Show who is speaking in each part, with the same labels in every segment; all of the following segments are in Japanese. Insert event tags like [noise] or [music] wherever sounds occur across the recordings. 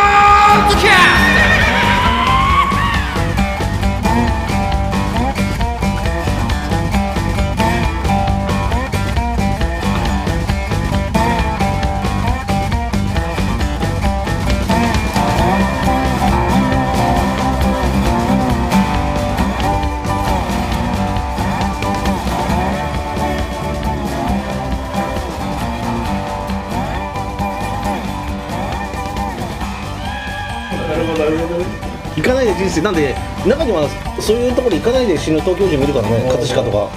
Speaker 1: ッドキャ
Speaker 2: なるほどなるほどね行かないで人生なんで中にはそういうところに行かないで死ぬ東京人もいるからね葛飾とか,、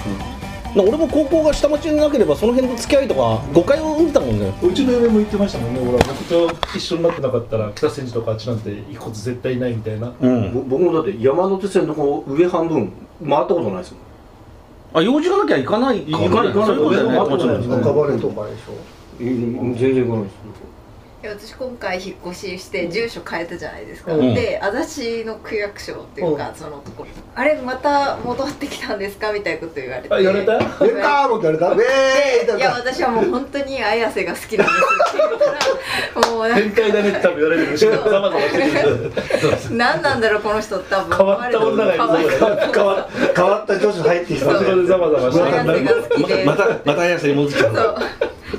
Speaker 2: なんか俺も高校が下町でなければその辺の付き合いとか誤解を生んでたもんね
Speaker 3: うちの嫁も言ってましたもんね、俺は僕と一緒になってなかったら、北千住とかあっちなんて行くこと絶対ないみたいな。
Speaker 2: うん
Speaker 4: ぼ僕もだって山手線のこう上半分回ったことないですよ
Speaker 2: あ用事がなきゃ行かないかもね
Speaker 4: 行かない行かない
Speaker 2: そういうことだよねもち
Speaker 4: う
Speaker 2: ろん
Speaker 4: ん
Speaker 5: 赤羽とかでしょ
Speaker 4: 全然行かないです
Speaker 6: いや私今回引っ越しして住所変えたじゃないですか、
Speaker 2: うん
Speaker 6: で足立の区役所っていうか、そのとこあれまた戻ってきたんですかみたいなこと言われて
Speaker 3: あ、やれた
Speaker 5: ウェルカームって言われたウェーイって言わ
Speaker 6: い
Speaker 5: れ
Speaker 6: や
Speaker 5: た
Speaker 6: 私はもう本当に綾瀬が好きなんですって言うからも
Speaker 3: [laughs]
Speaker 6: うなん
Speaker 3: 変態だねって多分言われるし、ざわざわしてる。
Speaker 6: 何なんだろうこの人多分
Speaker 3: [laughs] 変わった女がいる
Speaker 6: 可愛い
Speaker 3: そうだね。変わっ
Speaker 5: 変わった女子入ってき
Speaker 3: た
Speaker 5: た
Speaker 3: 女でざわざわして
Speaker 6: 綾瀬
Speaker 3: る。
Speaker 6: が好きで、
Speaker 2: またまた綾瀬に戻ってきた
Speaker 6: そう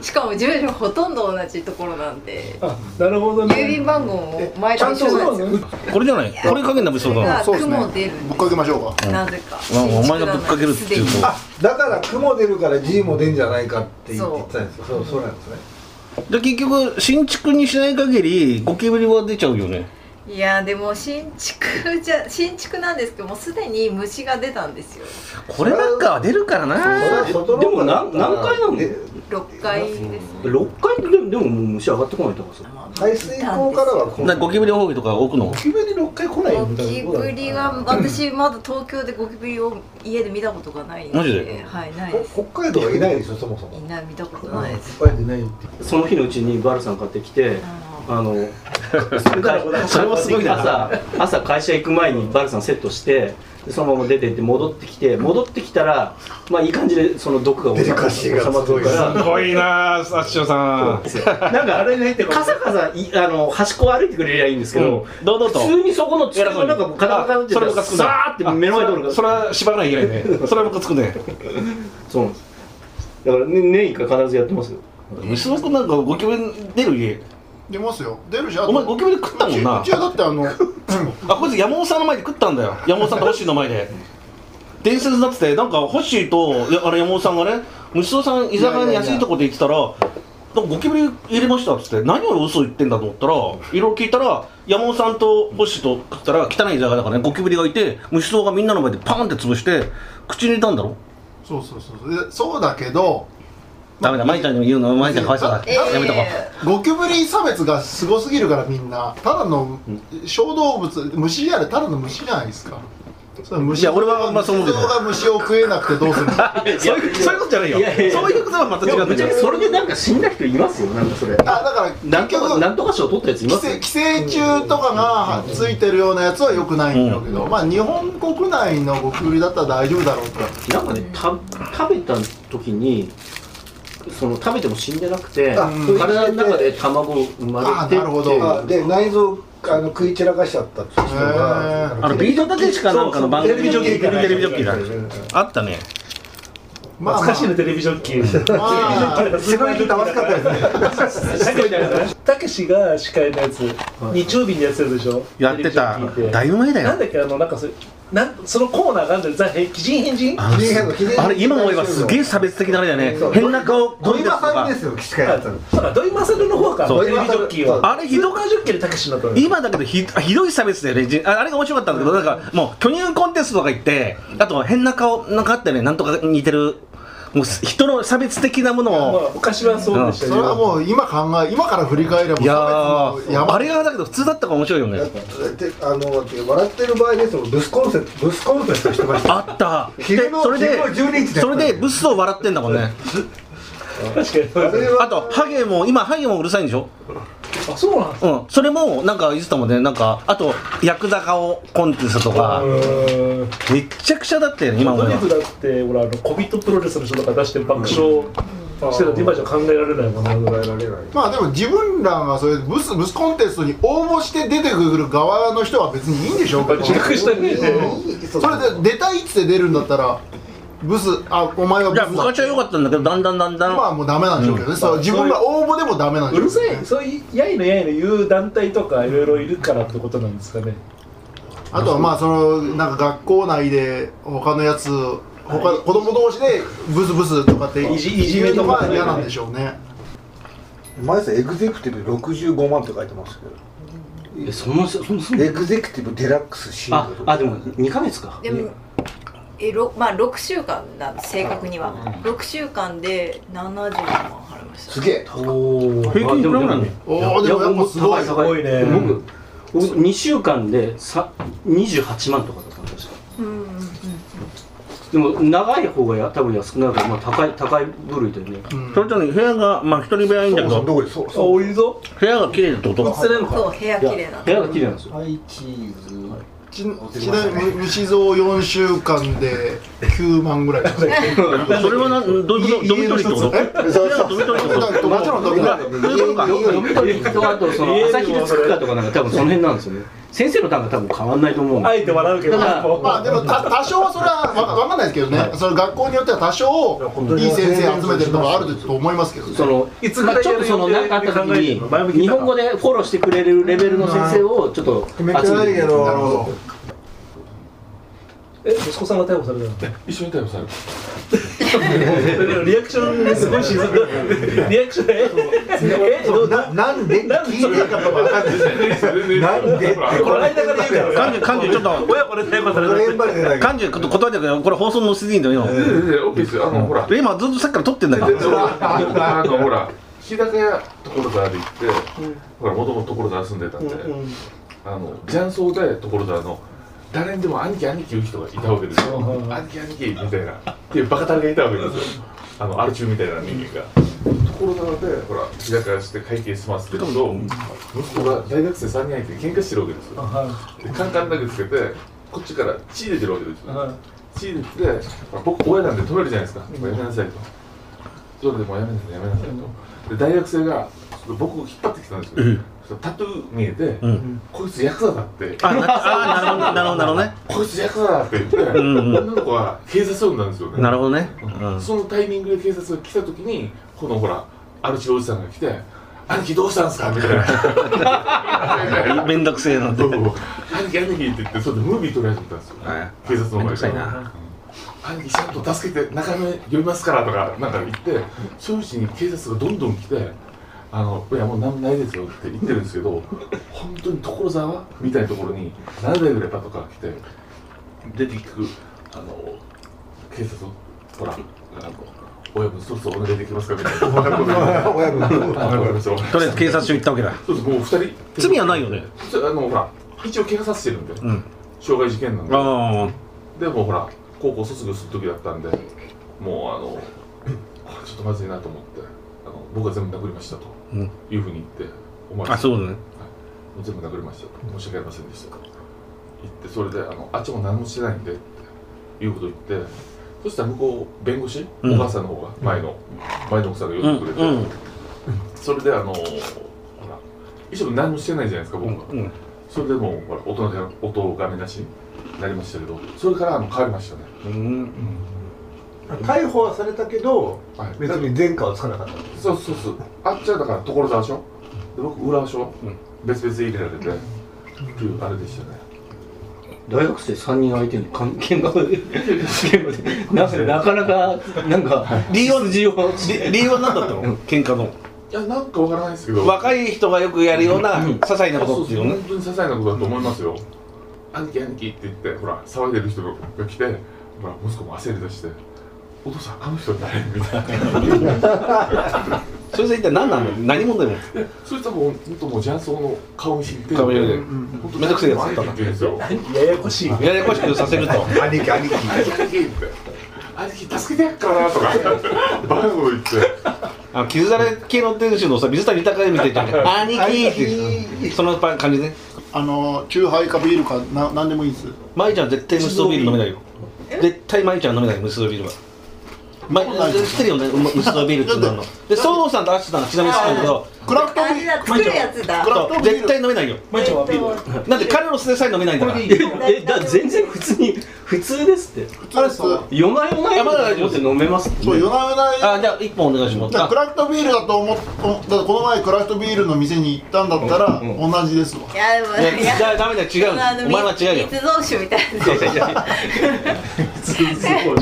Speaker 6: しかも住所ほとんど同じところなんで
Speaker 3: あ、なるほどね。
Speaker 6: 郵便番号も前
Speaker 5: ちゃ
Speaker 6: と
Speaker 5: ん
Speaker 6: 一
Speaker 5: と
Speaker 6: 緒なんですよ
Speaker 2: これじゃないこれ加減なそうだな
Speaker 6: が
Speaker 7: そうですね
Speaker 6: 雲出るん
Speaker 7: ぶっ
Speaker 6: で
Speaker 7: かけましょうか
Speaker 6: すなぜか
Speaker 2: まあお前がぶっかけるっていうと
Speaker 5: あだから雲出るから G も出んじゃないかって言ってたんですよそうそうなんですね
Speaker 2: じゃあ結局新築にしない限りゴキブリは出ちゃうよね
Speaker 6: いやでも新築じゃ新築なんですけどもうすでに虫が出たんですよ
Speaker 2: こればっかは出るから
Speaker 5: それは
Speaker 2: な
Speaker 5: 外
Speaker 4: でも何何回なの
Speaker 5: で
Speaker 6: 6階ですね
Speaker 4: 6回ってでもでももう虫上がってこないとかさ
Speaker 5: 排水口からはこ
Speaker 2: なゴキブリ放棄とか置くの
Speaker 3: ゴキブリ6回来ないよ
Speaker 6: ゴ
Speaker 3: みた
Speaker 6: キ
Speaker 3: いなことだ
Speaker 6: ブ
Speaker 3: よね。
Speaker 6: リは私まだ東京でゴキブリを家で見たことがないん
Speaker 2: マジで
Speaker 6: はいないです
Speaker 5: ほ北海道はいないでしょそもそも
Speaker 6: みんな見たことないです
Speaker 5: 北海道いないって
Speaker 4: その日のうちにバルさん買ってきて
Speaker 6: あ
Speaker 4: あの
Speaker 2: [laughs] それもすごいな
Speaker 4: 朝朝会社行く前にバルさんセットしてでそのまま出てって戻ってきて戻ってきたらまあいい感じでその毒が収まって
Speaker 5: デリカシーがすご
Speaker 4: 収ま
Speaker 5: い
Speaker 4: ってるか
Speaker 7: ごいなあサッショさん
Speaker 4: らなんかあれねカサカサいあの端っこを歩いてくれりゃいいんですけど、
Speaker 2: 堂々
Speaker 4: 普
Speaker 2: と
Speaker 4: 通にそこの机のなんかカタカタって
Speaker 7: それムカつくね
Speaker 4: さーって目の前通るから
Speaker 7: それは縛らないといけない
Speaker 4: [laughs]
Speaker 7: ねそれはムカつくね
Speaker 4: そうなんですだからね年一回必ずやってますよ
Speaker 2: 虫の子なんかゴキブリ出る家
Speaker 7: 出ますよ出るし
Speaker 2: お前ゴキブリ食ったもんな
Speaker 7: うちはだってあの
Speaker 2: あこいつ山本さんの前で食ったんだよ山本さんとホッシーの前で伝説だっててなんかホッシーといやあれ山本さんがね虫尾さん居酒屋の安いとこで言ってたらなんかゴキブリ入れましたっつって何を嘘言ってんだと思ったらいろいろ聞いたら山本さんとホッシーと食ったら汚い居酒屋だからねゴキブリがいて虫尾がみんなの前でパーンって潰して口に入れたんだろ
Speaker 7: そうそうそうそうでそうだけど
Speaker 2: ダメだ舞ちゃんにも言うの舞ちゃんかわいそうだ
Speaker 6: ーえー
Speaker 2: やめとこう
Speaker 7: ゴキブリ差別がすごすぎるからみんなただの小動物虫やれただの虫じゃないですかそれ虫
Speaker 2: いや俺はあんまそう思うけど
Speaker 7: 人が虫を食えなくてどうするのあ
Speaker 2: そういうそういうことじゃないよ
Speaker 4: いやいやいや
Speaker 2: そういうことはまた
Speaker 4: で
Speaker 2: 違
Speaker 4: も
Speaker 2: うん
Speaker 4: ぶ
Speaker 2: だ
Speaker 4: っちゃ
Speaker 2: け
Speaker 4: け
Speaker 2: ど
Speaker 4: それでなんか死んだ人いますよなんかそれ
Speaker 7: だから
Speaker 4: なん
Speaker 7: 結
Speaker 4: とか
Speaker 7: 局
Speaker 4: なんとか賞取ったやついま
Speaker 7: 寄
Speaker 4: すよ
Speaker 7: 生寄生虫とかがついてるようなやつはよくないんだろうけど、まあ日本国内のゴキブリだったら大丈夫だろうと
Speaker 4: なんかねた食べた時にその食べても死んでなくて
Speaker 5: あ
Speaker 4: 体の中で卵生まれて
Speaker 7: あなるほど
Speaker 5: あで内臓あの食い散らかしちゃったっていう人
Speaker 7: へ
Speaker 5: が
Speaker 7: ー
Speaker 2: あのビートたけしかなんかの番組
Speaker 5: テレビジョッキーかな
Speaker 2: テレビジョッキーだあったね
Speaker 7: まあ、
Speaker 3: 懐かしいね、テレビジョッキー。
Speaker 7: まあ
Speaker 3: [laughs]
Speaker 5: セブンイレブン楽しかったですね
Speaker 3: たけしが司会のやつ、日曜日にやってるでしょ。
Speaker 2: やってた
Speaker 3: テレビジョッキーって
Speaker 2: だいぶ前だ
Speaker 3: なん
Speaker 2: よ
Speaker 3: だっけあのなんかそれなんそのコーナーがあるんだよザ変人変人
Speaker 2: あの
Speaker 5: ひでえのひでえの
Speaker 2: あれ今思えばすげえ差別的なあれだよ
Speaker 5: そう
Speaker 2: ね変な顔
Speaker 5: 土井
Speaker 2: ゴリラと
Speaker 5: さん
Speaker 2: か
Speaker 5: ですよ岸川やったの
Speaker 3: そうか土井勝の方か
Speaker 2: そう
Speaker 3: テレビジョッキーは
Speaker 2: あれひど
Speaker 3: かジョッキーでたけしになったのよ
Speaker 2: 今だけどひひどい差別だよねじああれが面白かったんだけどなんかもう巨乳コンテストとか行ってあと変な顔なんかあってねなんとか似てるもうす人の差別的なも
Speaker 3: ま
Speaker 2: の
Speaker 3: あ
Speaker 2: を
Speaker 3: 昔はそうでした
Speaker 7: そ
Speaker 3: よ
Speaker 7: れはもう今考え今から振り返れば
Speaker 2: いや
Speaker 7: 差別
Speaker 2: ー
Speaker 7: の山
Speaker 2: あれがだけど普通だったから面白いよ
Speaker 5: だっ
Speaker 2: ね
Speaker 5: てあの笑ってる場合ですよブスコンセブスコンセストしてました
Speaker 2: あったで
Speaker 5: 昼の
Speaker 2: それで
Speaker 5: 昼の12時だった
Speaker 2: それでブスを笑ってんだもんね
Speaker 3: 確か
Speaker 5: あれ
Speaker 2: あ
Speaker 5: は
Speaker 2: とハゲも今ハゲもうるさいんでしょ
Speaker 3: にあそうなんです
Speaker 2: うん、それもなんか言ってたもんねなんかあとヤクザ顔コンテストとかめっちゃくちゃだったよね今
Speaker 3: ド
Speaker 2: 思えば
Speaker 3: リフだってほらあの小人プロレスの人とか出して爆笑したら今じゃ考えられないもんな
Speaker 5: 考えられない
Speaker 7: まあでも自分らがそれブスブスコンテストに応募して出てくる側の人は別にいいんでしょうけど
Speaker 3: 自覚したね
Speaker 7: それで出たいっつって出るんだったらブスあお前はブ
Speaker 2: いや
Speaker 7: スだ
Speaker 2: 昔は良かったんだけどだんだんだんだん、
Speaker 7: まあもうダメなんでしょうけどね、そう自分が応募でもダメなん
Speaker 3: う
Speaker 7: で
Speaker 3: る
Speaker 7: し
Speaker 3: さ
Speaker 7: ょうけどね
Speaker 3: いそういうやいのやいの言う団体とかいろいろいるからってことなんですかね
Speaker 7: あとはまあそのなんか学校内で他のやつ他子供同士でブスブスとかって
Speaker 3: いじいじめ
Speaker 7: と
Speaker 3: と
Speaker 7: か
Speaker 3: か
Speaker 7: 嫌なんでしょうね
Speaker 5: 前さエグゼクティブ65万って書いてますけ
Speaker 4: えそんなそんなそんな
Speaker 5: どエグゼクティブデラックスシー
Speaker 4: あ
Speaker 5: ルド
Speaker 4: あでも2ヶ月か
Speaker 6: でもえろまあ6週間なんです正確には6週間で70万払いました
Speaker 5: すげえ
Speaker 4: お
Speaker 2: 平均いくらぐらいなの
Speaker 7: おおでもやっぱすごい
Speaker 3: すごいね
Speaker 4: 僕僕2週間でさ28万とかだったんですよ
Speaker 6: うんうんうん
Speaker 4: でも長い方がや多分安くなるから、まあ、高い高い部類だよね
Speaker 7: うん
Speaker 2: それとね部屋がまあ一人部屋いいんだけ
Speaker 5: そう
Speaker 2: ど
Speaker 5: どこでそう
Speaker 3: あ
Speaker 5: そう
Speaker 3: おいるぞ
Speaker 2: 部屋が綺麗ってこと
Speaker 3: 映
Speaker 2: か
Speaker 3: ってないのか
Speaker 6: そう部屋綺麗なん
Speaker 4: 部
Speaker 6: で
Speaker 4: 屋が綺麗なんですよ
Speaker 5: はいチーズ
Speaker 7: ちちなみに虫像4週間で9万ぐらいですね
Speaker 2: それはなどういうことドミトリーってこと
Speaker 7: え
Speaker 5: そう
Speaker 2: 部屋がドミトリーってこと
Speaker 7: もちろんドミトリー
Speaker 2: あそういうことか
Speaker 4: 読み取りとあとその朝日でつくかとかなんか多分その辺なんですよね先生の単価多分変わんないと思うん
Speaker 3: あ
Speaker 4: で
Speaker 3: えて笑うけど
Speaker 4: ただ
Speaker 7: まあでもた多少はそれはわわかんないですけどね、その学校によっては多少いい先生集めてるとこあると思いますけどね
Speaker 4: その
Speaker 3: いつぐ
Speaker 4: ま
Speaker 3: ら
Speaker 4: あ
Speaker 3: い
Speaker 4: ちょっとその何かあった時
Speaker 3: 考えてんの前向き
Speaker 4: に
Speaker 3: だ
Speaker 4: 日本語でフォローしてくれるレベルの先生をちょっと集
Speaker 5: めっちゃ悪いけ
Speaker 4: て
Speaker 7: なるほど
Speaker 5: ど
Speaker 3: [laughs] え息子さんが逮捕されたの
Speaker 1: 一緒に逮捕される
Speaker 3: リアクションすごい沈んだリアクションええどう
Speaker 5: ななんでって聞いてるかとかわかんないですよなんでって
Speaker 3: この間から言うから
Speaker 2: 漢字漢字ちょっと
Speaker 3: 親これ逮捕され
Speaker 5: こ
Speaker 3: た
Speaker 5: れエンバレでない
Speaker 2: 漢字ちょっと答えてくれよこれ放送のせていいんだよ
Speaker 1: ええええオッケーですよあのほら
Speaker 2: 今今ずっとさっきから撮ってんだから
Speaker 1: 全然あのほら日高屋所沢で行って、ほらもともと所沢住んでたんで、あの雀荘で所沢の誰にでも兄貴兄貴言う人がいたわけですよ、兄貴兄貴みたいなっていうバカタレがいたわけですよあのアル中みたいな人間が所沢でほら日高屋して会計済ませてると息子が大学生3人相手で喧嘩してるわけですよでカンカン投げつけてこっちから血出てるわけですよ、チーズってほら僕親なんで止めるじゃないですか、もうやめなさいとそれでもうやめなさいやめなさいとで大学生がちょっと僕を引っ張ってきたんですよ、そのタトゥー見えて、
Speaker 2: ん
Speaker 1: こいつヤクザだって
Speaker 2: あなあなるほどなるほどなる
Speaker 1: こいつヤクザだって言って、
Speaker 2: んうん
Speaker 1: 女の子は警察呼んだんです
Speaker 2: ほ
Speaker 1: よ
Speaker 2: ど
Speaker 1: ね
Speaker 2: ねなるほどね
Speaker 1: そのタイミングで警察が来た時にこのほらあるちおじさんが来て「兄貴どうしたんですか?」みたいな
Speaker 2: [laughs] うんめんどくせえなって
Speaker 1: どうも兄貴兄貴って言ってそれでムービー撮り始めたんですよ、
Speaker 2: はい
Speaker 1: 警察の
Speaker 2: めんどく
Speaker 1: 前か
Speaker 2: さい
Speaker 1: ら
Speaker 2: な
Speaker 1: 兄貴ちゃんと助けて中目呼びますからとかなんか言ってそういううちに警察がどんどん来て「あのいやもう何もないですよ」って言ってるんですけど本当に所沢みたいなところに何台ぐらいパトカー来て出ていくあの警察ほらあの親分そろそろお願いできますかみたいなわかるわ
Speaker 5: 親
Speaker 1: [laughs]
Speaker 5: 分
Speaker 1: かりましたわかりました
Speaker 2: とりあえず警察署行ったわけだ
Speaker 1: そうですもう二人
Speaker 2: 罪はないよね
Speaker 1: あのほら一応怪我させてるんで、
Speaker 2: ん
Speaker 1: 傷害事件なんで
Speaker 2: あ
Speaker 1: でもほら高校卒業する時だったんでもうあの [clears throat] これちょっとまずいなと思ってあの僕は全部殴りましたと、
Speaker 2: うん
Speaker 1: いうふうに言ってお前
Speaker 2: ああそうだね
Speaker 1: もう全部殴りましたと申し訳ありませんでしたと言ってそれであのあっちも何もしてないんでっていうことを言ってそしたら向こう弁護士、
Speaker 2: うん
Speaker 1: お母さんの方が前の前の奥さんが
Speaker 2: う
Speaker 1: 呼
Speaker 2: ん
Speaker 1: んでくれて、
Speaker 2: うん
Speaker 1: それであのほら一緒に何もしてないじゃないですか僕は、
Speaker 2: うん
Speaker 1: それでもうほら大人で音がめなしになりましたけどそれからあの変わりましたね
Speaker 2: うん
Speaker 5: 逮捕はされたけど
Speaker 1: はい
Speaker 5: 別に前科はつかなかった
Speaker 1: そうそうそうあっちはだから所沢でしょで僕浦和でしょ、
Speaker 2: うん
Speaker 1: 別々入れられて、っていうあれでしたね
Speaker 4: 大学生3人相手に関係がな [laughs] なかなかなんか
Speaker 2: 理由は
Speaker 4: 筋を
Speaker 2: 理理由は何だったの喧嘩の
Speaker 1: いやなんかわからないですけど
Speaker 2: 若い人がよくやるような
Speaker 4: うん
Speaker 2: 些細なこ
Speaker 1: そ
Speaker 2: と
Speaker 1: う
Speaker 2: って
Speaker 1: そ
Speaker 2: いううのね
Speaker 1: 本当に些細なことだと思いますよ、兄貴兄貴って言ってほら騒いでる人が来てほら息子も焦り出して「お父さんあの人誰?」みたいな
Speaker 2: それじゃ一体何なの何者でも
Speaker 1: そいつはもう本当もう雀荘の顔見知って
Speaker 2: 顔見知りで
Speaker 1: 本当
Speaker 2: めんどくせえやつだったな
Speaker 1: 兄貴って言うんですよ
Speaker 3: ややこしい
Speaker 2: ややこしくさせると
Speaker 5: 兄貴兄貴
Speaker 1: 兄貴兄貴って兄貴助けてやっからなとか [laughs] バカなこと言って
Speaker 2: あの傷だらけの店主のさ水谷豊みたいじゃん兄貴ってそのパン感じね
Speaker 7: あのチューハイかビールかな何でもいいです
Speaker 2: 舞ちゃん絶対無数ビール飲めないよ絶対舞ちゃん飲めない無数ビールはまあ、知ってるよね、うま牛のビールってなるの。で、ソウさんとアッシュさんがちなみに好きなんだけど、
Speaker 7: クラフトビール
Speaker 6: あれだ作るやつだ
Speaker 7: クラフ
Speaker 2: そ
Speaker 7: トビ
Speaker 2: う
Speaker 7: ール
Speaker 2: 絶対飲めないよ。
Speaker 3: まいちゃんはビール
Speaker 6: ル
Speaker 2: なんで彼の素でさえ飲めないんだから。
Speaker 4: ええだ全然普通に普通ですって
Speaker 7: 普通ですそう
Speaker 4: 夜な夜な夜な夜って飲めますって、
Speaker 7: 夜な夜な
Speaker 2: あ、じゃあ一本お願いします。
Speaker 7: だから
Speaker 2: あ
Speaker 7: クラフトビールだと思っおだからこの前クラフトビールの店に行ったんだったら
Speaker 4: うん
Speaker 7: 同じですわ
Speaker 6: いやでも
Speaker 2: いや、じゃあダメだよ、違う
Speaker 6: あの
Speaker 2: の。お前は違うよ。
Speaker 6: 密造酒みたいな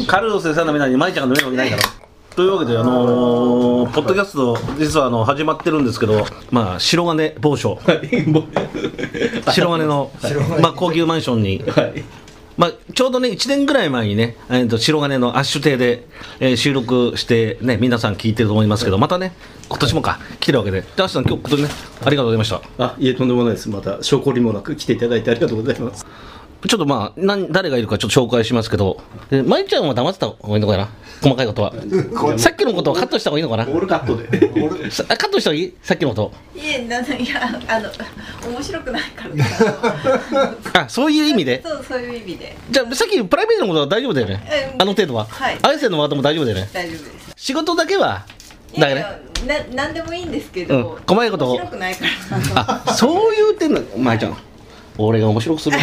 Speaker 2: カルロスでさえ飲めないのに、舞ちゃんが飲めるわけないだろ。というわけで、あのー、ポッドキャスト、実はあの始まってるんですけど、まあ、白金某所、白金の、まあ、高級マンションに、まあ、ちょうどね、1年ぐらい前にね、えー、と白金のアッシュ亭で、えー収録して、ね、皆さん聞いてると思いますけど、またね、今年もか、来てるわけで、でアッシュさん、今日本当にね、ありがとうございました。
Speaker 4: あいえとんでもないですまた証拠りもなく来ていただいてありがとうございます
Speaker 2: ちょっとまあ、なん誰がいるかちょっと紹介しますけど、で舞ちゃんは黙ってた方がいいのかな、細かいことは。さっきのことはカットした方がいいのかな。
Speaker 4: オールカットで
Speaker 2: さあカットした方がいいさっきのこと。
Speaker 6: いやなんいやあの面白くないからさ
Speaker 2: あ、そう [laughs] いう意味で。
Speaker 6: そうそういう意味で
Speaker 2: じゃあ、さっきプライベートのことは大丈夫だよね
Speaker 6: う。ん
Speaker 2: あの程度は。
Speaker 6: はい
Speaker 2: 愛せのワードも大丈夫だよね。
Speaker 6: 大丈夫です
Speaker 2: 仕事だけは、だからね。
Speaker 6: いやいやななんでもいいんですけど、
Speaker 2: うん細かいことを
Speaker 6: 面白くないから
Speaker 2: あ、そういう点だ、まいちゃん。俺が面白く
Speaker 4: [laughs]
Speaker 2: する。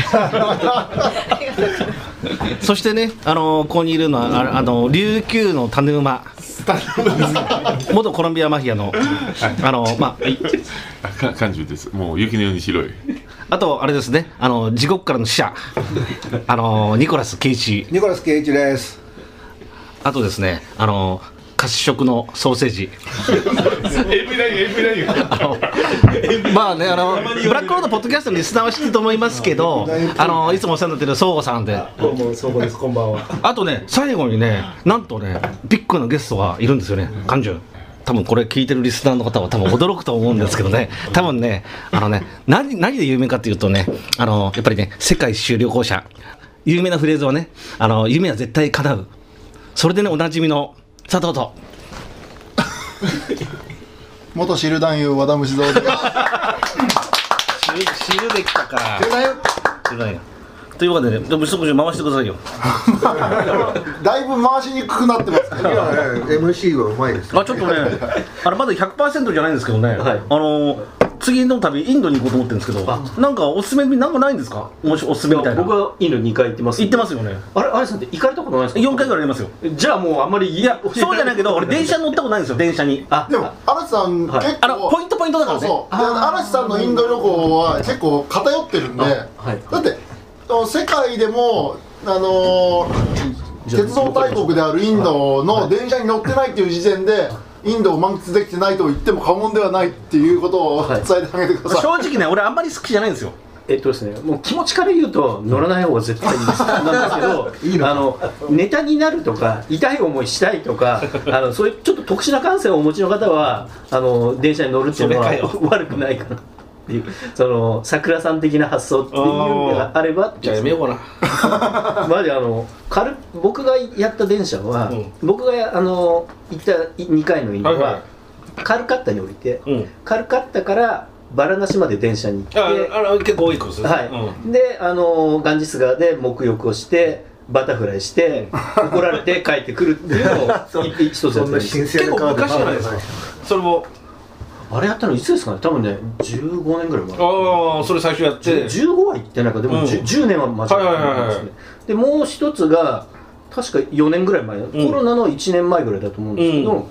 Speaker 2: そしてね、あのここにいるのは、ああの琉球の種馬。元コロンビアマフィアの、あのまあ、
Speaker 1: あか感じですもう雪のように白い
Speaker 2: あとあれですね、あの地獄からの使者。あのニコラスケイチ。
Speaker 5: ニコラス圭一です。
Speaker 2: あとですね、あの褐色のソーセージ。
Speaker 1: エビラインエビライン
Speaker 2: あのまあね、あのブラックロードポッドキャストのリスナーは知ってると思いますけど、あのいつもお世話になってる総合さんで、
Speaker 3: どうもそうこですこんばんは
Speaker 2: あとね、最後にね、なんとね、ビッグなゲストがいるんですよね、感情。多分これ聞いてるリスナーの方は多分驚くと思うんですけど [laughs] ね、多分ね、あのね、何何で有名かっていうとね、あのやっぱりね、世界一周旅行者、有名なフレーズはね、あの夢は絶対叶う。それでね、おなじみの佐藤と。
Speaker 7: 元知る男優和田虫蔵です
Speaker 2: 知るべきだから。
Speaker 7: 知らないよ
Speaker 2: 知らないよというわけでね、でも一口回してくださいよ。
Speaker 7: だいぶ回しにくくなってますけど
Speaker 5: いやいや MC はうまいです。
Speaker 2: あちょっ [laughs] とね、あれまだ100%じゃないんですけどね、
Speaker 4: はい
Speaker 2: あの次の旅、インドに行こうと思ってるんですけど、なんかおすすめ、なんかないんですか、もしおすすめみたいな、
Speaker 4: 僕はインド2回行ってます
Speaker 2: 行ってますよね、
Speaker 4: あれあれさんって行かれたことないですか
Speaker 2: 4回ぐらいありますよ、
Speaker 4: 回じゃあもうあんまりいや
Speaker 2: そうじゃないけど、俺、電車乗ったことないんですよ、電車に。
Speaker 4: あ
Speaker 7: でも嵐さん
Speaker 4: はい
Speaker 7: 結
Speaker 2: あの
Speaker 7: 構
Speaker 2: ポイント、ポイントだからね、
Speaker 7: そうで嵐さんのインド旅行は結構偏ってるんで、
Speaker 4: はい
Speaker 7: だってあの世界でもあのー
Speaker 4: じゃあ
Speaker 7: 鉄道大国であるインドの電車に乗ってないっていう時点でインドを満喫できてないと言っても過言ではないっていうことを
Speaker 4: は
Speaker 7: 伝
Speaker 4: い
Speaker 7: えてあげてください、
Speaker 2: 正直ね、俺、あんまり好きじゃないんですよ、
Speaker 4: えっとですね、もう気持ちから言うと乗らない方が絶対いいですなん
Speaker 2: [laughs]
Speaker 4: ですけどあのネタになるとか痛い思いしたいとかあのそういうちょっと特殊な感性をお持ちの方はあの電車に乗るっていうのは
Speaker 2: それか
Speaker 4: 悪くないかなっていうその桜さん的な発想っていうのがあればっていう
Speaker 2: ようかな、
Speaker 4: マジあの軽く僕がやった電車は、僕があの行った2回のインドは、
Speaker 2: はいはい
Speaker 4: カルカッタに降りて、
Speaker 2: うん、
Speaker 4: カルカッタからバラナシまで電車に行って。
Speaker 2: あの結構多いコース
Speaker 4: はい、であのガンジス川で沐浴をしてバタフライして、怒られて帰ってくるっていうのをい一つやってる
Speaker 5: [laughs] そ
Speaker 4: ん
Speaker 5: ん
Speaker 4: で
Speaker 5: な
Speaker 4: す
Speaker 5: 新鮮な顔
Speaker 2: 結構昔じゃないですかそれも、
Speaker 4: あれやったのいつですかね多分ね15年ぐらい前
Speaker 2: ああ、それ最初やっ
Speaker 4: じゅ15は行ってないからでも、
Speaker 2: うん
Speaker 4: 10, 10年は間違いないですね、
Speaker 2: はいはいはいは
Speaker 4: でもう一つが確か4年ぐらい前、コロナの1年前ぐらいだと思うんですけど、
Speaker 2: うん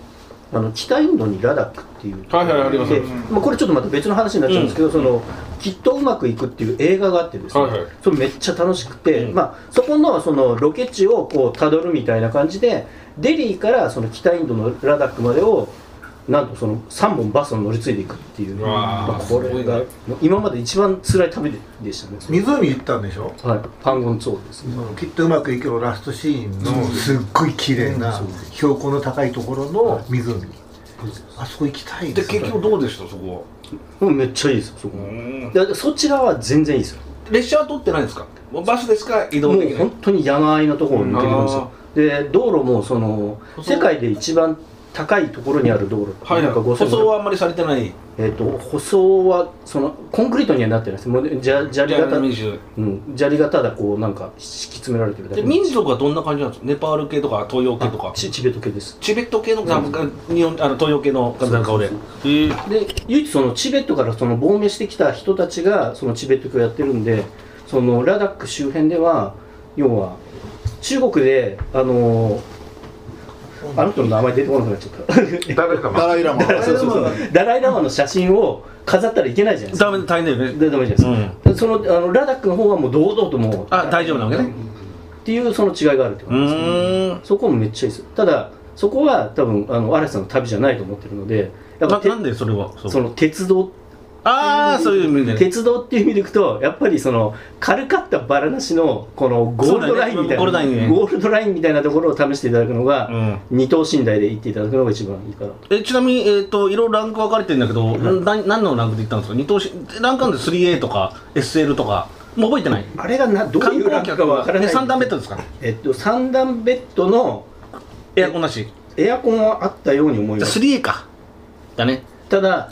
Speaker 4: あの北インドにラダックっていう
Speaker 1: はいはいあります
Speaker 4: でまあ、これちょっとまた別の話になっちゃうんですけど、そのきっとうまくいくっていう映画があってですね、
Speaker 1: はいはい
Speaker 4: それめっちゃ楽しくて、
Speaker 2: うん
Speaker 4: まあ、そこのそのロケ地をこうたどるみたいな感じでデリーからその北インドのラダックまでをなんとその3本バスを乗り継いでいくっていう
Speaker 1: わー
Speaker 4: まあ、これが今まで一番辛い旅でしたね、
Speaker 5: 湖行ったんでしょ。
Speaker 4: はい、パンゴンツォーですね
Speaker 5: そのきっとうまくいけるラストシーンのすっごい綺麗な標高の高いところの湖。あそこ行きたいですね。
Speaker 2: どうでした、そこ
Speaker 4: うんめっちゃいいですよそこ
Speaker 2: ん
Speaker 4: だからそちらは全然いいですよ
Speaker 2: は。列車は取ってないんですか、もうバスですか、移
Speaker 4: も
Speaker 2: 動でき
Speaker 4: う
Speaker 2: ない
Speaker 4: 本。当に山あいのところを抜けてるんですよで道路もその世界で一番高いところにある道路、
Speaker 2: はい
Speaker 4: なんか
Speaker 2: 舗
Speaker 4: 5000
Speaker 2: 装はあんまりされてない
Speaker 4: えっと舗装はそのコンクリートにはなってないですもうじゃ砂利型、
Speaker 2: 民主
Speaker 4: うん、砂利型だこうなんか敷き詰められてるだけ
Speaker 2: で民族はどんな感じなんですかネパール系とか東洋系とか
Speaker 4: あチチベット系です
Speaker 2: チベット系のなんか日本あの東洋系のなんか俺へ
Speaker 4: そう
Speaker 2: え
Speaker 4: で唯一そのチベットからその亡命してきた人たちがそのチベット教をやってるんでそのラダック周辺では要は中国であのーあの人の名前出てこなくなっちゃった
Speaker 1: 誰か
Speaker 7: ダ
Speaker 1: ま
Speaker 7: ライラマ
Speaker 4: そう [laughs] そうそうダライ・ラマの写真を飾ったらいけないじゃないですか
Speaker 2: ダメ大変だよね
Speaker 4: でダメじゃないですか、でそのあのラダックの方はもう堂々ともう
Speaker 2: あ大丈夫なわけね
Speaker 4: っていうその違いがあるってこ
Speaker 2: う
Speaker 4: とです、
Speaker 2: ーん
Speaker 4: そこもめっちゃいいですただそこは多分あの嵐さんの旅じゃないと思ってるのでやっぱ
Speaker 2: な
Speaker 4: て
Speaker 2: なんでそれはそう
Speaker 4: その鉄道
Speaker 2: ああそういう意味でね
Speaker 4: 鉄道っていう意味でいくとやっぱりその軽かったバラなしのこのゴールドラインみたいな、
Speaker 2: そうだねゴールドラインね
Speaker 4: ゴールドラインみたいなところを試していただくのが、
Speaker 2: うん
Speaker 4: 二等身大で行っていただくのが一番いいかなと
Speaker 2: えちなみに、えっといろいろランク分かれてるんだけど、な何のランクで行ったんですか二等身ランクあるんで 3A とか SL とかもう覚えてない
Speaker 4: あれがなどうい
Speaker 2: 観
Speaker 4: うラ
Speaker 2: 光
Speaker 4: ンク
Speaker 2: 客
Speaker 4: かわ
Speaker 2: は
Speaker 4: からない
Speaker 2: 3段ベッドですか
Speaker 4: えっと三段ベッドの
Speaker 2: エアコンなし
Speaker 4: エアコンはあったように思い
Speaker 2: じ
Speaker 4: ま
Speaker 2: ゃあ
Speaker 4: す
Speaker 2: 3A かだね
Speaker 4: ただ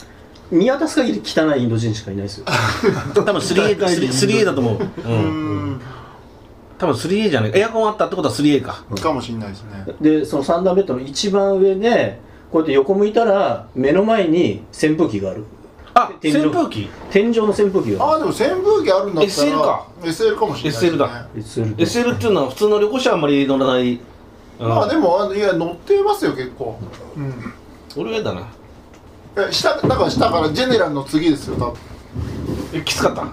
Speaker 4: 見渡す限り汚いインド人しかいないですよ
Speaker 2: 多分 3A, か 3A だと思う、うん、多分 3A じゃないエアコンあったってことは 3A か
Speaker 7: [laughs] かもしれないですね
Speaker 4: でその三段ベッドの一番上でこうやって横向いたら目の前に扇風機がある
Speaker 2: あ
Speaker 4: 天
Speaker 2: 扇
Speaker 4: 井
Speaker 2: 風機
Speaker 4: 天井の扇風機がある
Speaker 7: ああでも扇風機あるんだったら
Speaker 2: SL か
Speaker 7: SL かもしれないです
Speaker 2: SL
Speaker 7: ね
Speaker 2: だ
Speaker 4: SL と
Speaker 2: SL っていうのは普通の旅行者はあんまり乗らない、うん
Speaker 7: まあでもあのいや乗ってますよ結構うん
Speaker 2: 俺はやだな
Speaker 7: え下だから下からジェネラルの次ですよ多分
Speaker 2: えきつかった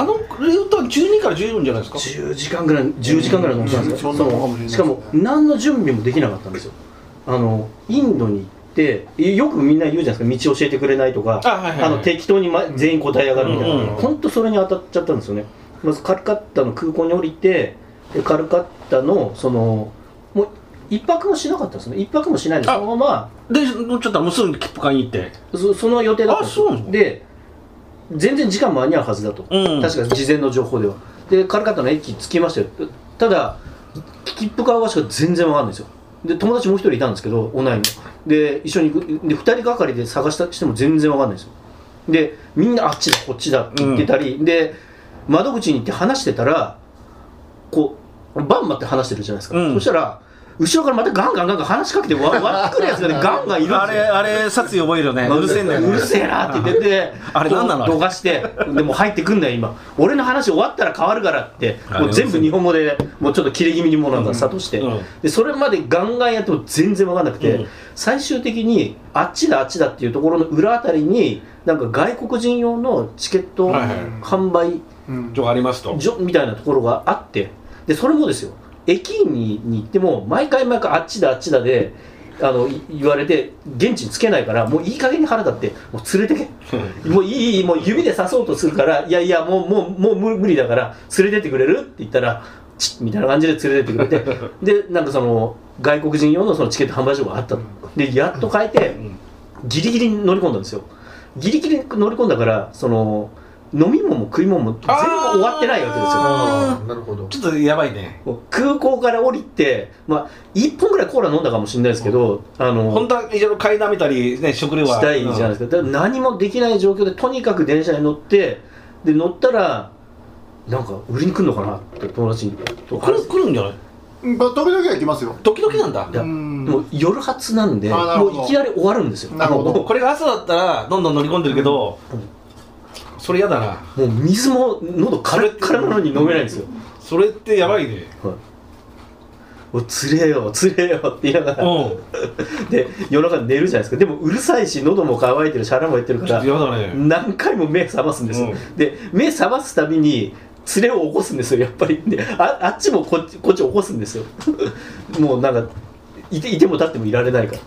Speaker 2: あのルートは12から14じゃないですか
Speaker 4: 10時間ぐらい10時間ぐらい乗ったんですよ、
Speaker 7: うん
Speaker 4: その
Speaker 7: そんなもんかもしれないですね
Speaker 4: しかも何の準備もできなかったんですよあのインドに行ってよくみんな言うじゃないですか道教えてくれないとか
Speaker 2: あはいはいはい
Speaker 4: あの適当に、ま、全員答え上がるみたいな、
Speaker 2: うんうんうん
Speaker 4: 本当それに当たっちゃったんですよねまずカルカッタの空港に降りてでカルカッタのそのもう一泊もしなかったんですね一泊もしないでそ
Speaker 2: あ
Speaker 4: のまま
Speaker 2: で乗っちゃったらもうすぐに切符買いに行って
Speaker 4: そその予定だったんです
Speaker 2: あそうな
Speaker 4: よ
Speaker 2: の
Speaker 4: で全然時間間に合うはずだと、
Speaker 2: うん
Speaker 4: 確か事前の情報ではでカルカッタの駅着きましたよただ切符買う場所が全然わかんないんですよで友達もう一人いたんですけど同いので一緒に行くで2人がかりで探したしても全然わかんないんですよでみんなあっちだこっちだって言ってたり、で窓口に行って話してたらこうバンバンって話してるじゃないですか、
Speaker 2: うん
Speaker 4: そしたら後ろからまたガンガンガンガン話しかけてわ割ってくるやつがねガンガンいるんですよ
Speaker 2: あれあれ殺意覚えるよねうるせえんだよね
Speaker 4: うるせえなって言ってて
Speaker 2: あれ何なのあれ
Speaker 4: どかしてでもう入ってくんだよ今俺の話終わったら変わるからって
Speaker 2: あれ
Speaker 4: もう全部日本語でもうちょっと切れ気味にもなんか諭して、
Speaker 2: うん
Speaker 4: でそれまでガンガンやっても全然分かんなくて、
Speaker 2: うん
Speaker 4: 最終的にあっちだあっちだっていうところの裏あたりになんか外国人用のチケット
Speaker 2: はいはい
Speaker 4: 販売
Speaker 7: うん
Speaker 2: 情報ありますと
Speaker 4: 所みたいなところがあってでそれもですよ駅員にに行っても毎回毎回あっちだあっちだであのい言われて現地につけないからもういい加減に腹立ってもう連れてけもういいもう指で刺そうとするからいやいやもうもうもう無無理だから連れてってくれるって言ったらチッみたいな感じで連れてってくれてでなんかその外国人用のそのチケット販売所があったのでやっと変えてギリギリに乗り込んだんですよギリギリに乗り込んだからその飲み物も食い物も全部終わってないわけですよ
Speaker 2: あ
Speaker 5: なるほど
Speaker 2: ーちょっとやばいね
Speaker 4: 空港から降りて、まあ、1本ぐらいコーラ飲んだかもしれないですけど、あ
Speaker 2: 本
Speaker 4: の
Speaker 2: 当はいろいろ買いだめたり、ね、食料は
Speaker 4: したいじゃないですすかだから何もできない状況でとにかく電車に乗ってで乗ったらなんか売りに来るのかなって友達にと
Speaker 2: 来
Speaker 4: 話
Speaker 2: る
Speaker 4: す
Speaker 2: 来るんじゃない
Speaker 7: うんまあ時々は行きますよ
Speaker 2: 時々なんだ
Speaker 4: いや
Speaker 7: うん
Speaker 4: もう夜発なんで
Speaker 7: あなる
Speaker 4: も
Speaker 7: ほど
Speaker 4: ういきなり終わるんですよ
Speaker 7: なるほど
Speaker 4: も
Speaker 2: これが朝だったらどんどん乗り込んでるけど、それやだな
Speaker 4: うもう水も喉カラッカラなのに飲めないんですよ
Speaker 2: それってやばいね
Speaker 4: おつれえよつれえよって言いなが
Speaker 2: う
Speaker 4: ら
Speaker 2: ん
Speaker 4: で夜中に寝るじゃないですかでもうるさいし喉も渇いてるし腹も減ってるか
Speaker 2: ちょっ
Speaker 4: ら
Speaker 2: とやだね
Speaker 4: 何回も目覚ますんですよ、で目覚ますたびに連れを起こすんですよやっぱりでああっちもこっちこっちを起こすんですよ [laughs] もうなんかいていても立ってもいられないから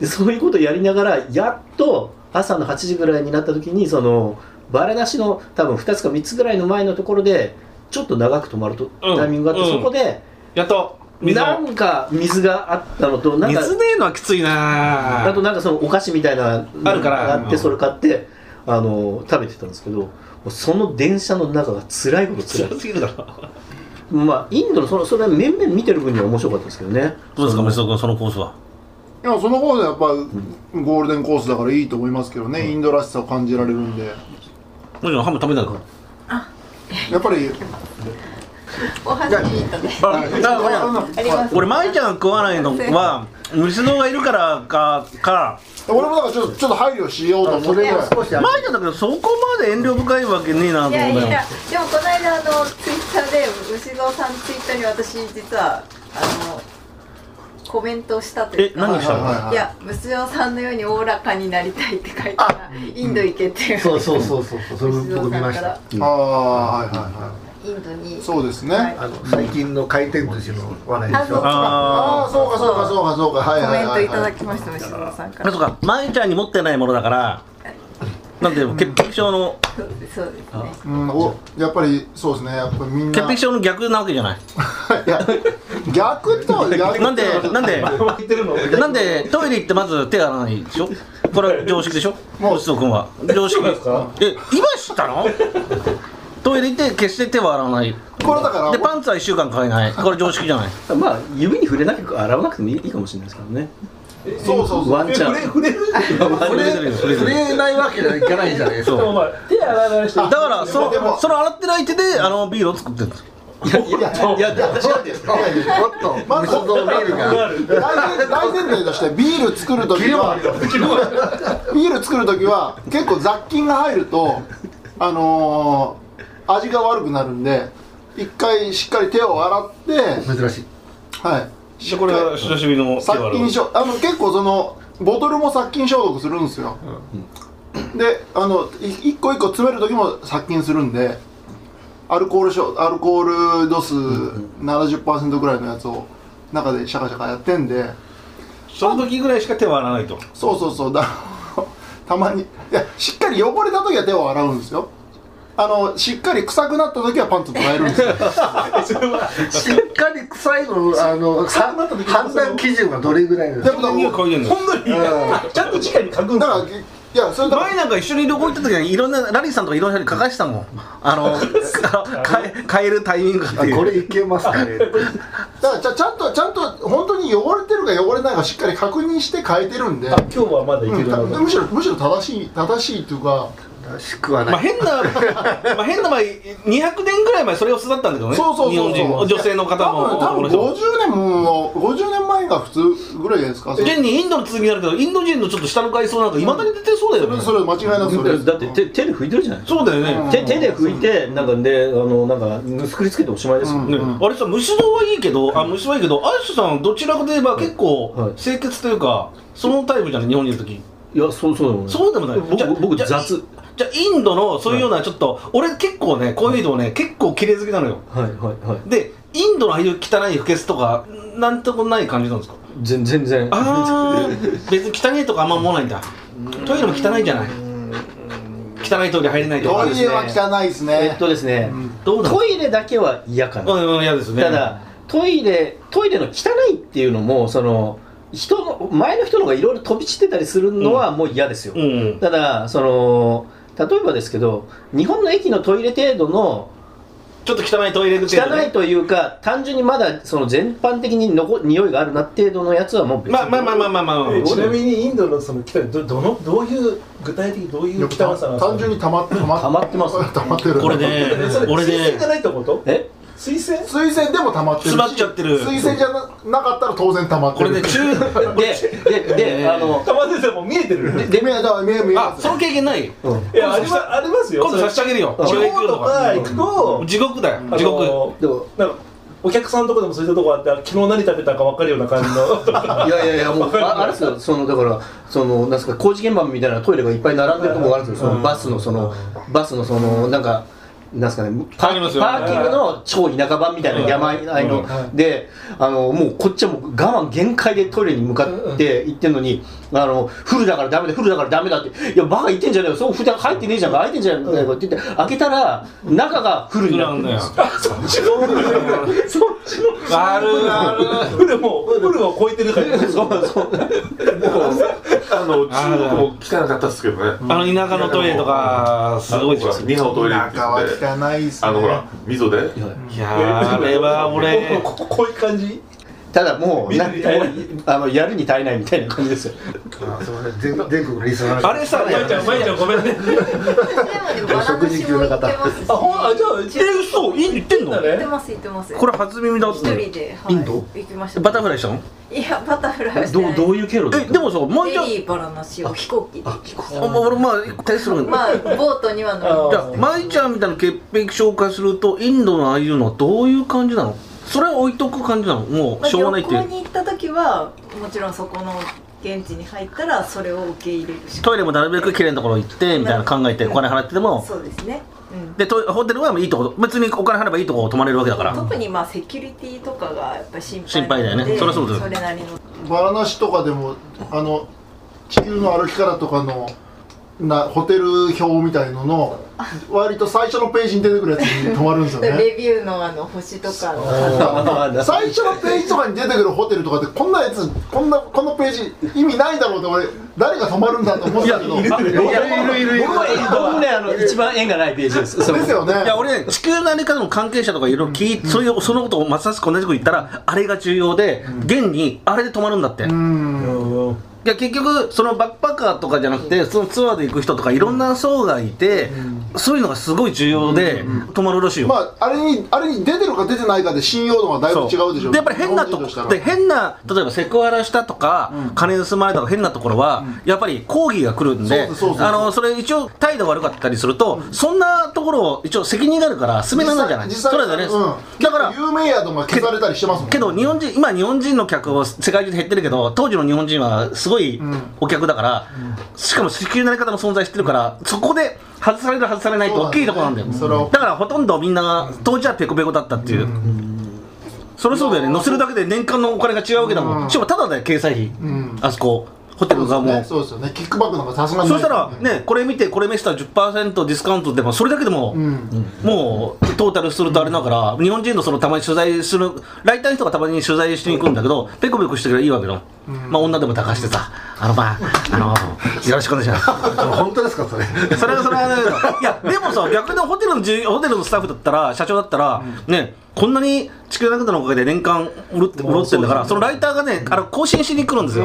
Speaker 4: でそういうことをやりながらやっと朝の8時ぐらいになった時にそのバレなしの多分2つか3つぐらいの前のところでちょっと長く止まると、
Speaker 2: うん
Speaker 4: タイミングがあって、
Speaker 2: うん
Speaker 4: そこで
Speaker 2: やっと水を
Speaker 4: なんか水があったのとなんか
Speaker 2: 水ねえのはきついな
Speaker 4: あとなんかそのお菓子みたいなのが
Speaker 2: あるから
Speaker 4: あってそれ買ってあの食べてたんですけどもうその電車の中が辛いこと辛い
Speaker 2: 辛すぎるだろ
Speaker 4: まあインドのそのそれは面々見てる分には面白かったですけどね
Speaker 2: どうですか、メスオ君、そのコースは。
Speaker 7: いやその方がやっぱゴールデンコースだからいいと思いますけどね、インドらしさを感じられるんで
Speaker 2: もちろんハム食べないの
Speaker 7: やっぱり
Speaker 6: お箸いいとねあります
Speaker 2: 俺舞ちゃんが食わないのは虫のがいるからかか
Speaker 7: 俺もだからちょっとちょっと配慮しようと思
Speaker 5: そ
Speaker 7: って
Speaker 5: れは少しある
Speaker 2: 舞ちゃんだけどそこまで遠慮深いわけねえなと思っ
Speaker 6: い
Speaker 2: た
Speaker 6: やい
Speaker 2: よ
Speaker 6: やでもこの間あのツイッターで牛蔵さんツイッターに私実はあのコメントしたとい
Speaker 2: え
Speaker 6: うか
Speaker 2: 何したの、
Speaker 7: はいはい
Speaker 6: や虫蔵さんのようにおおらかになりたいって書いてたらインド行けっていう
Speaker 5: そうそうそうそうそうそれ
Speaker 6: 牛蔵
Speaker 5: 僕見
Speaker 6: さ
Speaker 5: ま
Speaker 6: ん
Speaker 5: し
Speaker 6: か
Speaker 5: た
Speaker 6: ら
Speaker 7: ああはいはいは
Speaker 6: インドに
Speaker 7: いそうですね、
Speaker 6: はい
Speaker 5: あの最近の回転寿司の話で
Speaker 6: あ
Speaker 5: し
Speaker 6: そう
Speaker 5: ょ
Speaker 7: ああそうかそうかそうかそうかはい
Speaker 6: コ
Speaker 7: は
Speaker 6: メ
Speaker 7: い
Speaker 6: ン
Speaker 7: は
Speaker 6: ト
Speaker 7: い
Speaker 6: いただきました牛蔵さんか
Speaker 2: あ
Speaker 6: ら
Speaker 2: そ
Speaker 6: そう
Speaker 2: か舞ちゃんに持ってないものだからなんていうの潔癖症の
Speaker 6: うそうですね
Speaker 7: うん、おやっぱりそうですねやっぱみんな
Speaker 2: 潔癖症の逆なわけじゃない
Speaker 7: いや逆と逆と
Speaker 2: なんでなんで
Speaker 3: 言ってるの
Speaker 2: なんでトイレ行ってまず手洗わないでしょこれは常識でしょもう須藤君は常識
Speaker 3: そうですか
Speaker 2: え今知ったのトイレ行って決して手は洗わない
Speaker 7: これだから
Speaker 2: でパンツは1週間買えないこれ常識じゃない
Speaker 4: まあ指に触れなく洗わなくてもいいかもしれないですからね
Speaker 7: そうそうそう
Speaker 4: ワンチャン
Speaker 3: 触れる
Speaker 5: 触れ触れないわけにはいかないじゃないです
Speaker 3: で
Speaker 5: か
Speaker 3: もまあ手洗わない人
Speaker 2: だからそ
Speaker 7: で
Speaker 2: の
Speaker 7: も
Speaker 2: その洗ってない手であのビールを作ってるんです
Speaker 4: いや
Speaker 5: ちょっと
Speaker 7: まず
Speaker 5: 無造ビールが
Speaker 7: 大前大前提としてビール作る時はビール作る時は結構雑菌が入るとあのー、味が悪くなるんで一回しっかり手を洗って
Speaker 5: 珍しい
Speaker 7: はいしっ
Speaker 2: こ
Speaker 7: か
Speaker 2: れは
Speaker 7: り
Speaker 2: 久しぶりの手を
Speaker 7: 殺
Speaker 2: 洗う
Speaker 7: 菌消あの結構そのボトルも殺菌消毒するんですよ、であのい一個一個詰める時も殺菌するんでアルコール消アルコール度数70%ぐらいのやつを中でシャカシャカやってんで
Speaker 2: その時ぐらいしか手は洗わないと
Speaker 7: そうそうそうだ [laughs] たまにいやしっかり汚れた時は手を洗うんですよあのしっかり臭くなった時はパンツもらえるんです [laughs] よ
Speaker 5: しっかり臭いのあの判断基準がどれぐらいなの
Speaker 7: でもだ
Speaker 2: 匂い嗅いでんの
Speaker 3: 本当にちゃんと次回に書くん
Speaker 7: だ
Speaker 3: だ
Speaker 7: からいやそれだから
Speaker 2: 前なんか一緒に旅行行った時にいろんなラリーさんとかいろんな人に書かしてたもんあ [laughs] のか変えるタイミングがって
Speaker 5: あ
Speaker 2: いう
Speaker 5: これいけますかね
Speaker 7: だからちゃちゃんとちゃんと本当に汚れてるか汚れないかしっかり確認して変えてるんで
Speaker 3: 今日はまだいけるな
Speaker 7: うんむしろむしろ正しい正しいというか、
Speaker 5: 正しくは
Speaker 2: まあ
Speaker 5: ない
Speaker 2: 変な、まあ変な前、200年ぐらい前それを育ったんだけどね。
Speaker 7: そうそうそう
Speaker 2: 日本人、女性の方も
Speaker 7: 多
Speaker 2: 男の
Speaker 7: 分多
Speaker 2: 人
Speaker 7: 分
Speaker 2: も。
Speaker 7: 50年も50年前が普通ぐらいじゃないですかそれ
Speaker 2: 現にインドの続きになるけど、インド人のちょっと下の階層なんかいまだに出てそうだよね。
Speaker 7: それ間違いなくそれです
Speaker 4: だって手手で拭いてるじゃないですか
Speaker 2: そうだよね。
Speaker 4: 手手で拭いてなんかであのなんかぬすくりつけておしまいですもん
Speaker 2: ね
Speaker 4: ね、
Speaker 2: あれさ、虫のはいいけど、あ、虫はいいけど、アイスさんどちらかといえば結
Speaker 4: はい
Speaker 2: 構清潔というか、そのタイプじゃない、日本にいる時。
Speaker 4: いやそうそうでもない
Speaker 2: そうでもない。じゃ
Speaker 4: 僕僕
Speaker 2: じゃ
Speaker 4: 雑
Speaker 2: じゃあインドのそういうようなちょっと、俺結構ね、こういうのね、結構綺麗好きなのよ。
Speaker 4: はいはいはい
Speaker 2: で、インドのああいう汚い不潔とか、なんともない感じなんですか
Speaker 4: 全全然
Speaker 2: ああ別に汚いとかあんま思わないんだトイレも汚いじゃない汚いトイレ入れないとか
Speaker 7: トイレは
Speaker 2: ですね
Speaker 7: 汚いです
Speaker 4: えっ
Speaker 7: ね
Speaker 4: とですね、
Speaker 2: どうだ
Speaker 4: トイレだけは嫌かな、
Speaker 2: うんうん嫌ですね
Speaker 4: ただトイレトイレの汚いっていうのもその人の前の人のがいろいろ飛び散ってたりするのはもう嫌ですよ、
Speaker 2: うんうん
Speaker 4: ただその例えばですけど日本の駅のトイレ程度の
Speaker 2: ちょっと汚いトイレ口
Speaker 4: 汚いというか単純にまだその全般的にのこ匂いがあるな程度のやつはもう別に
Speaker 2: まあまあまあまあまあまあ
Speaker 3: えちなみにインドのその汚いどどのどういう具体的にどういう汚さなんですか
Speaker 7: 単純に溜まって溜ま
Speaker 4: 溜まってますね
Speaker 7: 溜まってる
Speaker 2: [laughs] これね
Speaker 3: [laughs] それ
Speaker 2: 俺
Speaker 3: 水洗じゃ
Speaker 2: ね
Speaker 3: ないってこと
Speaker 4: え
Speaker 3: 水洗
Speaker 7: 水洗でも溜まってる
Speaker 2: 詰
Speaker 7: し
Speaker 2: まっちゃってる
Speaker 7: 水洗じゃななかったら当然溜まっ
Speaker 2: こ
Speaker 7: てる
Speaker 2: れね中
Speaker 4: ででであの
Speaker 3: 玉先生もう見えてる
Speaker 7: で目が目が見え
Speaker 2: あ
Speaker 7: ます
Speaker 2: その経験ない
Speaker 3: いやありまありますよ
Speaker 2: 今度差し上げるよ
Speaker 3: 地
Speaker 2: 地獄
Speaker 3: 方とか行くと
Speaker 2: 地獄だ
Speaker 3: あ
Speaker 2: よ
Speaker 3: の
Speaker 2: 地獄
Speaker 4: でも
Speaker 3: なんかお客さんのとこでもそういったとこあってあ昨日何食べたか分かるような感じの [laughs]
Speaker 4: いやいやいやもうああれですよそのだからそのなんですか工事現場みたいなトイレがいっぱい並んでるとこがあるんですよそのバスのそのバスのそのなんかなんすかねパ
Speaker 2: あり
Speaker 4: ー
Speaker 2: ますよ
Speaker 4: パーキングの超田舎版みたいな山あいのであのもうこっちはもう我慢限界でトイレに向かって行ってんのにあのフルだからダメだフルだからダメだっていやバカ言ってんじゃねえよそう蓋入ってねえじゃんか開いてんじゃねえかって言って開けたら中がフルになってるんですよ
Speaker 3: そっちの
Speaker 2: あるある
Speaker 3: フルもフルを超えてるから
Speaker 4: そうそう
Speaker 1: あの中国も汚かったっすけどね
Speaker 2: あの田舎のトイレとかすごいですよ
Speaker 1: ニハオトイレって
Speaker 7: 中は
Speaker 1: 言って
Speaker 7: 汚いですね
Speaker 1: あのほら溝で
Speaker 2: いやーあれは俺
Speaker 3: こここういう感じ
Speaker 4: ただもうなあのやるに足りないみたいな感じですよ
Speaker 5: あすみません全全国のリスナーの人
Speaker 2: あれさ、いや
Speaker 3: まいちゃんまいちゃんごめんね
Speaker 6: 私でもでもバナナシも行ってますし
Speaker 3: あほんあじゃあ
Speaker 2: え、嘘、いいって言ってんの
Speaker 6: 行っ
Speaker 3: だ
Speaker 6: て
Speaker 3: ね
Speaker 6: ます行ってます
Speaker 2: これ初耳だっ
Speaker 6: 一
Speaker 2: て
Speaker 6: 人で、はい、
Speaker 5: インド
Speaker 6: 行きました
Speaker 2: バタフライしたの
Speaker 6: イいやバタフライはしてな
Speaker 8: ど
Speaker 6: いう
Speaker 8: どういう経路
Speaker 2: え、でもさ、まいち
Speaker 6: デ
Speaker 2: ゃん
Speaker 6: リーバラナシを飛行機で
Speaker 2: あまあ俺まあ、対する
Speaker 6: まあボートには乗
Speaker 2: じゃあ、まいちゃんみたいな潔癖紹介すると、インドのああいうのはどういう感じなのそれは置いとく感じなのもう、
Speaker 6: り
Speaker 2: しょうがないって
Speaker 6: まあ
Speaker 2: い
Speaker 6: 旅
Speaker 2: う。
Speaker 6: 行に行った時はもちろんそこの現地に入ったらそれを受け入れるしか
Speaker 2: トイレもなるべく綺麗なところ行って、みたいな考えて、お金払ってでも、
Speaker 6: そうですね、うん、
Speaker 2: で、トイホテルはいいとこ、別にお金払えばいいとこ泊まれるわけだから。
Speaker 6: 特にまあセキュリティとかがやっぱり心配
Speaker 2: 心配だよね
Speaker 6: なので
Speaker 2: そりゃそうだよ
Speaker 6: それなりの
Speaker 7: バラナシとかでもあの地球の歩き方とかのなホテル表みたいのの割と最初のページに出てくるやつに泊まるんですよね
Speaker 6: [laughs]
Speaker 7: [laughs]
Speaker 6: レビューのあの星とかの
Speaker 7: 最初のページとかに出てくるホテルとかってこんなやつこんなこのページ意味ないだろうって俺誰が泊まるんだと思ってたけど
Speaker 4: いやいるいるいる僕もねあの一番縁がないページですそう
Speaker 7: ですよね
Speaker 2: いや俺ね地球のあり方の関係者とかいろいろ聞いて、そういうそのことをまさしく同じく言ったらあれが重要で、現にあれで止まるんだって、
Speaker 7: う
Speaker 2: い
Speaker 7: ん
Speaker 2: や結局そのバックパッカーとかじゃなくてそのツアーで行く人とかいろんな層がいて、そういうのがすごい重要で、止まるらしいよ、
Speaker 7: まああれにあれに出てるか出てないかで信用度がだいぶ違うでしょ
Speaker 2: やっぱり変なと
Speaker 7: 日本人した
Speaker 2: こ
Speaker 7: ら
Speaker 2: で変な例えばセクハラしたとか、金盗まれたとか変なところは、やっぱり抗議が来るんで
Speaker 7: そうそうそうそう
Speaker 2: あのそれ一応態度悪かったりすると、そんなところを一応責任があるから進められないじゃない
Speaker 7: 実際
Speaker 2: それだね、
Speaker 7: うん
Speaker 2: だから
Speaker 7: 有名宿が消されたりしてますもん
Speaker 2: けど日本人今日本人の客を世界中で減ってるけど当時の日本人はすごい
Speaker 7: ん
Speaker 2: お客だから、しかも地球のやり方の存在してるから、そこで外される外されないって大きいところなんだよ
Speaker 7: そうだねそれを
Speaker 2: だからほとんどみんな当時はペコペコだったっていう、それそうだよね乗せるだけで年間のお金が違うわけだもん、
Speaker 7: うん
Speaker 2: しかもただだよ経済費、
Speaker 7: ん
Speaker 2: あそこホテルがもう
Speaker 7: ねそうですよねキックバックなんかさすがに
Speaker 2: そ
Speaker 7: ない
Speaker 2: したらねこれ見てこれ見せたら10%ディスカウントでもそれだけでも、
Speaker 7: うん
Speaker 2: もうトータルするとあれだから、日本人のそのたまに取材する、ライターの人がたまに取材しに行くんだけど、ペコペコしてくればいいわけの、まあ女でも抱かしてさ、あのまあ、あの、よろしくお願いします。
Speaker 5: 本当ですかそれ
Speaker 2: それはそれはだけど、いや、でもさ、逆にホテルの従業、ホテルのスタッフだったら、社長だったら、ね、こんなに地球なくのおかげで年間潤って潤ってんだから、そのライターがね、あの更新しに来るんですよ。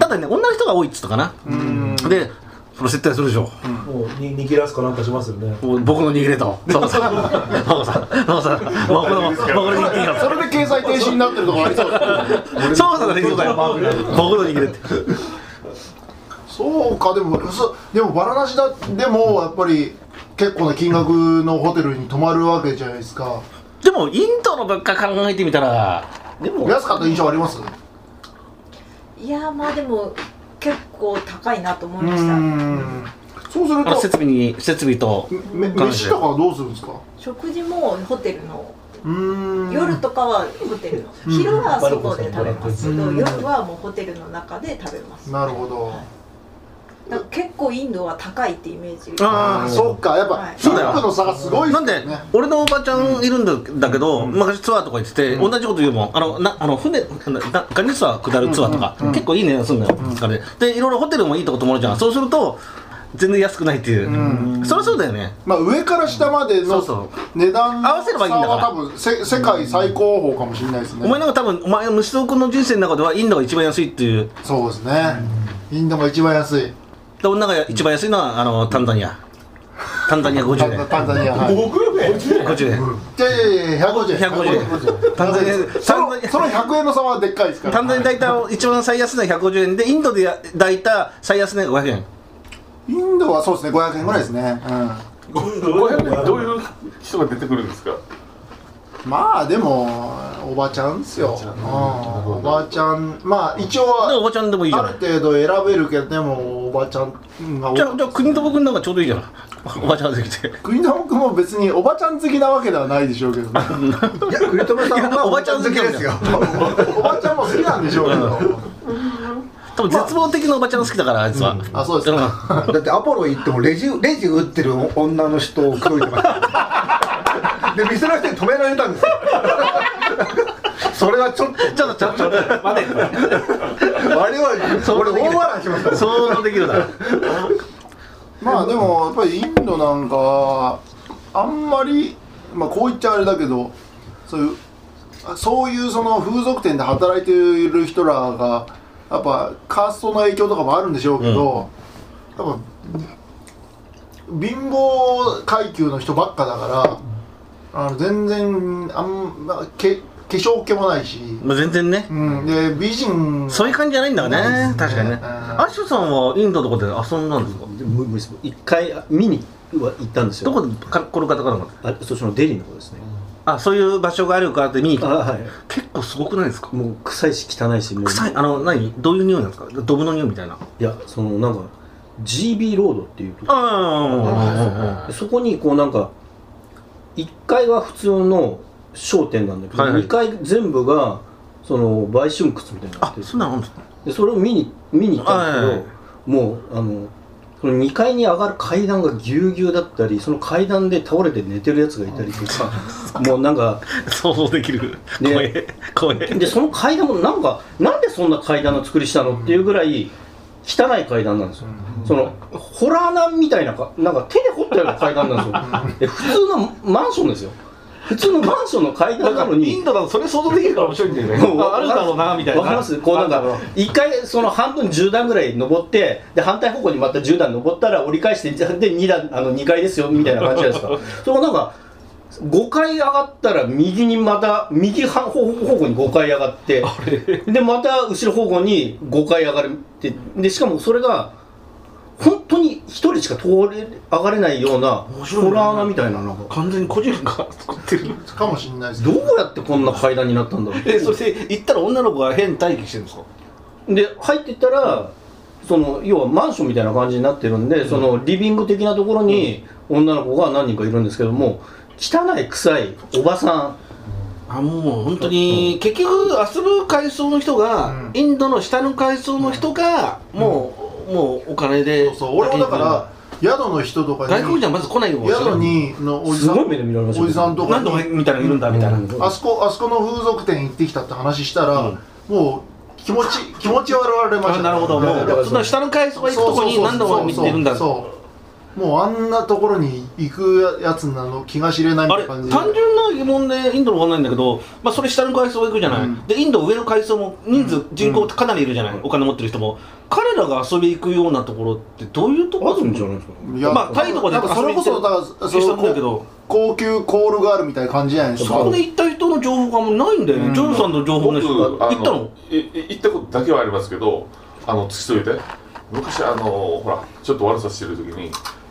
Speaker 2: ただね、女の人が多いっつったかな。で、その接待するでしょ。
Speaker 3: もうに握らすかなんかしますよね
Speaker 2: 僕の握れと。そうそう。そうそう。そうそう。僕の、僕の握り
Speaker 7: それで経済停止になってるとこありそうですね
Speaker 2: そうそうそうだよ。僕の握れって。
Speaker 7: そうかでもそでもバラなしだでもやっぱり結構な金額のホテルに泊まるわけじゃないですか
Speaker 2: でも、インドの物価考えてみたら、
Speaker 4: でも
Speaker 7: 安かった印象あります
Speaker 6: いやーまあでも結構高いなと思いました
Speaker 7: んそうする
Speaker 2: あの設
Speaker 7: と
Speaker 2: 備に、設備と、
Speaker 7: め飯とかはどうするんですか
Speaker 6: 食事もホテルの
Speaker 7: うーん
Speaker 6: 夜とかはホテルの昼は外で食べますけど
Speaker 7: うん
Speaker 6: 夜はもうホテルの中で食べますだか
Speaker 7: なるほど
Speaker 6: ら結構インドは高いってイメージ
Speaker 2: あ
Speaker 7: ああそっかやっぱ
Speaker 6: はい
Speaker 7: 金額の差がすごいっ
Speaker 2: な
Speaker 7: す
Speaker 2: ん
Speaker 7: ね
Speaker 2: で、俺のおばちゃんいるんだ,、だけど、昔ツアーとか行ってて、同じこと言うもんあのなあの船ななガニツアー下るツアーとか、結構いい値段するのよ、あれでいろいろホテルもいいとこ泊まるじゃんそうすると全然安くないっていう、そりゃそうだよね
Speaker 7: まあ上から下まで
Speaker 2: そ
Speaker 7: の
Speaker 2: うそう
Speaker 7: 値段の
Speaker 2: 合わせればいいんだから
Speaker 7: 差は多分せ世界最高峰かもしれないですね
Speaker 2: お前なんか多分お前の虫蔵君の人生の中ではインドが一番安いっていう
Speaker 7: そうですねインドが一番安い
Speaker 2: で女が一番安いのはあのタンザニアタンザニア
Speaker 7: タ
Speaker 2: 50
Speaker 7: ン
Speaker 2: 円
Speaker 7: タンザニアはい
Speaker 2: 50円
Speaker 7: いやいやいや150円
Speaker 2: 150円タンザニア
Speaker 7: そ
Speaker 2: タン
Speaker 7: の
Speaker 2: ザニア
Speaker 7: その100円の差はでっかいですから
Speaker 2: タンザニア大体一番最安値は150円でインドで大い最安値が500円
Speaker 7: インドはそうですね500円ぐらいですね、う
Speaker 1: 500円どういう人が出てくるんですか
Speaker 7: ん、まあでもおばちゃんですようんおばちゃんまあ一応
Speaker 2: でおば
Speaker 7: は
Speaker 2: ちゃんでもいいじゃな
Speaker 7: あ
Speaker 2: い
Speaker 7: る程度選べるけどでもおばちゃんが
Speaker 2: じゃあ、じゃあ、国と僕なんかちょうどいいじゃない。おばちゃんができて。
Speaker 7: 国の奥も別におばちゃん好きなわけではないでしょうけどね
Speaker 2: [laughs]
Speaker 5: いや栗友さんは
Speaker 2: おばちゃん好きなんだよ
Speaker 5: ですよ
Speaker 7: おばちゃんも好きなんでしょうけど
Speaker 2: 多分絶望的なおばちゃん好きだから、あいつは。
Speaker 7: あそうですか
Speaker 5: だってアポロ行ってもレジレジ打ってる女の人を口説いてましたで店の人に止められたんですよそれはちょっと
Speaker 2: ちょっと、ちょっと、待て。
Speaker 5: あれは俺大笑いしました
Speaker 2: 想像できるだろ。
Speaker 7: まあでもやっぱりインドなんかはあんまりまあこう言っちゃあれだけどそういうそういうその風俗店で働いている人らがやっぱカーストの影響とかもあるんでしょうけど、やっぱ貧乏階級の人ばっかだからあの全然あんまけ化粧気もないし、
Speaker 2: まあ、全然ね
Speaker 7: うん、で美人
Speaker 2: そういう感じじゃないんだ
Speaker 7: そうです
Speaker 2: ね
Speaker 7: ね
Speaker 2: 確かにね
Speaker 7: うん
Speaker 2: アッシュさんはインドとかで遊んだんですか
Speaker 4: で無無理です一回見には行ったんですよ
Speaker 2: どこでかコルカタから
Speaker 4: あそっちのデリーの方ですね
Speaker 2: あそういう場所があるからって見に
Speaker 4: あ
Speaker 2: 行っ
Speaker 4: はい
Speaker 2: た結構すごくないですか
Speaker 4: もう臭いし汚いしもう
Speaker 2: 臭いあの何どういう匂いなんですかドブの匂いみたいな
Speaker 4: やそのなんか GB ロードっていうとこ
Speaker 2: あ
Speaker 4: そこにこうなんか1階は普通の商店なんだけど、
Speaker 2: はいはい
Speaker 4: 2階全部がその売春窟みたいになっ
Speaker 2: あ
Speaker 4: てる
Speaker 2: そんなのあるんですか
Speaker 4: でそれを見に見に行ったんですけど、
Speaker 2: はいはい
Speaker 4: もうあのその2階に上がる階段がぎゅうぎゅうだったりその階段で倒れて寝てるやつがいたりとかもうなんか
Speaker 2: 想像できる
Speaker 4: ね
Speaker 2: 怖え怖え
Speaker 4: でその階段もなんかなんでそんな階段の作りしたのっていうぐらい汚い階段なんですよ、そのホラー穴みたいなかなんか手で掘ったような階段なんで
Speaker 2: [laughs]
Speaker 4: すよで普通のマンションですよ普通のマンションの階段なのに
Speaker 2: ドだとそれ想像できるから面白いんだよ
Speaker 4: もう
Speaker 2: ああるだろうなみたいな
Speaker 4: わかりますこうなんか一回その半分10段ぐらい登ってで反対方向にまた10段登ったら折り返してで2段あの2階ですよみたいな感じじゃないですか
Speaker 2: [laughs]
Speaker 4: そこなんか5階上がったら右にまた右半方方向に5階上がってでまた後ろ方向に5階上がるってでしかもそれが本当に一人しか通れ上がれないような
Speaker 2: 面白いね
Speaker 4: ホラー穴みたいななんか
Speaker 2: 完全に個人が作ってる
Speaker 7: かもしれないです
Speaker 4: どうやってこんな階段になったんだろう
Speaker 2: えそして行ったら女の子が変待機してるんですか
Speaker 4: で入ってったら、その要はマンションみたいな感じになってるんで、そのリビング的なところに女の子が何人かいるんですけども汚い臭いおばさ
Speaker 2: あもう本当に、結局遊ぶ階層の人が、
Speaker 7: うん
Speaker 2: インドの下の階層の人が、もう、もうお金で
Speaker 7: そうそう俺もだから宿の人とかに
Speaker 2: 外国人はまず来ないよ
Speaker 7: 宿にのお
Speaker 4: ん
Speaker 7: じ
Speaker 4: す
Speaker 7: さん
Speaker 4: ごい目で見られました
Speaker 7: おじさんとか
Speaker 2: 何
Speaker 7: に
Speaker 2: 度もみたいなのいるんだみたいな、
Speaker 4: うん
Speaker 7: あそこあそこの風俗店行ってきたって話したら、
Speaker 2: うん
Speaker 7: もう気持ち気持ち悪られました
Speaker 2: あなるほど
Speaker 7: ね
Speaker 2: も
Speaker 4: だから
Speaker 2: うそんな下の階層が行くとこに何度も見てるんだ
Speaker 7: そうそうそうそうもうあんなところに行くやつなの気が知れないみ
Speaker 2: あ
Speaker 7: たい
Speaker 2: れ
Speaker 7: な
Speaker 2: 単
Speaker 7: 感
Speaker 2: 純
Speaker 7: じで
Speaker 2: な疑問でインドのわかんないんだけど、まあ、それ下の階層が行くじゃない、
Speaker 7: うん
Speaker 2: でインド上の階層も人数、人口かなりいるじゃない、お金持ってる人も彼らが遊び行くようなところってどういうと
Speaker 4: んあ
Speaker 2: こ
Speaker 4: るんじゃないですか
Speaker 7: いや
Speaker 2: まあタイとかで
Speaker 7: なんかそれこそだからそ
Speaker 2: そう
Speaker 7: の
Speaker 2: だけど
Speaker 7: 高級コールがあるみたいな感じじゃないです
Speaker 2: そ
Speaker 7: か
Speaker 2: こで行った人の情報がもうないんだよね、
Speaker 7: うん
Speaker 2: ジョンさんの情報
Speaker 1: 僕
Speaker 2: の人
Speaker 1: あ
Speaker 2: 行ったの
Speaker 1: いい行ったことだけはありますけどあの突きといて昔あのほらちょっと悪さしてる時に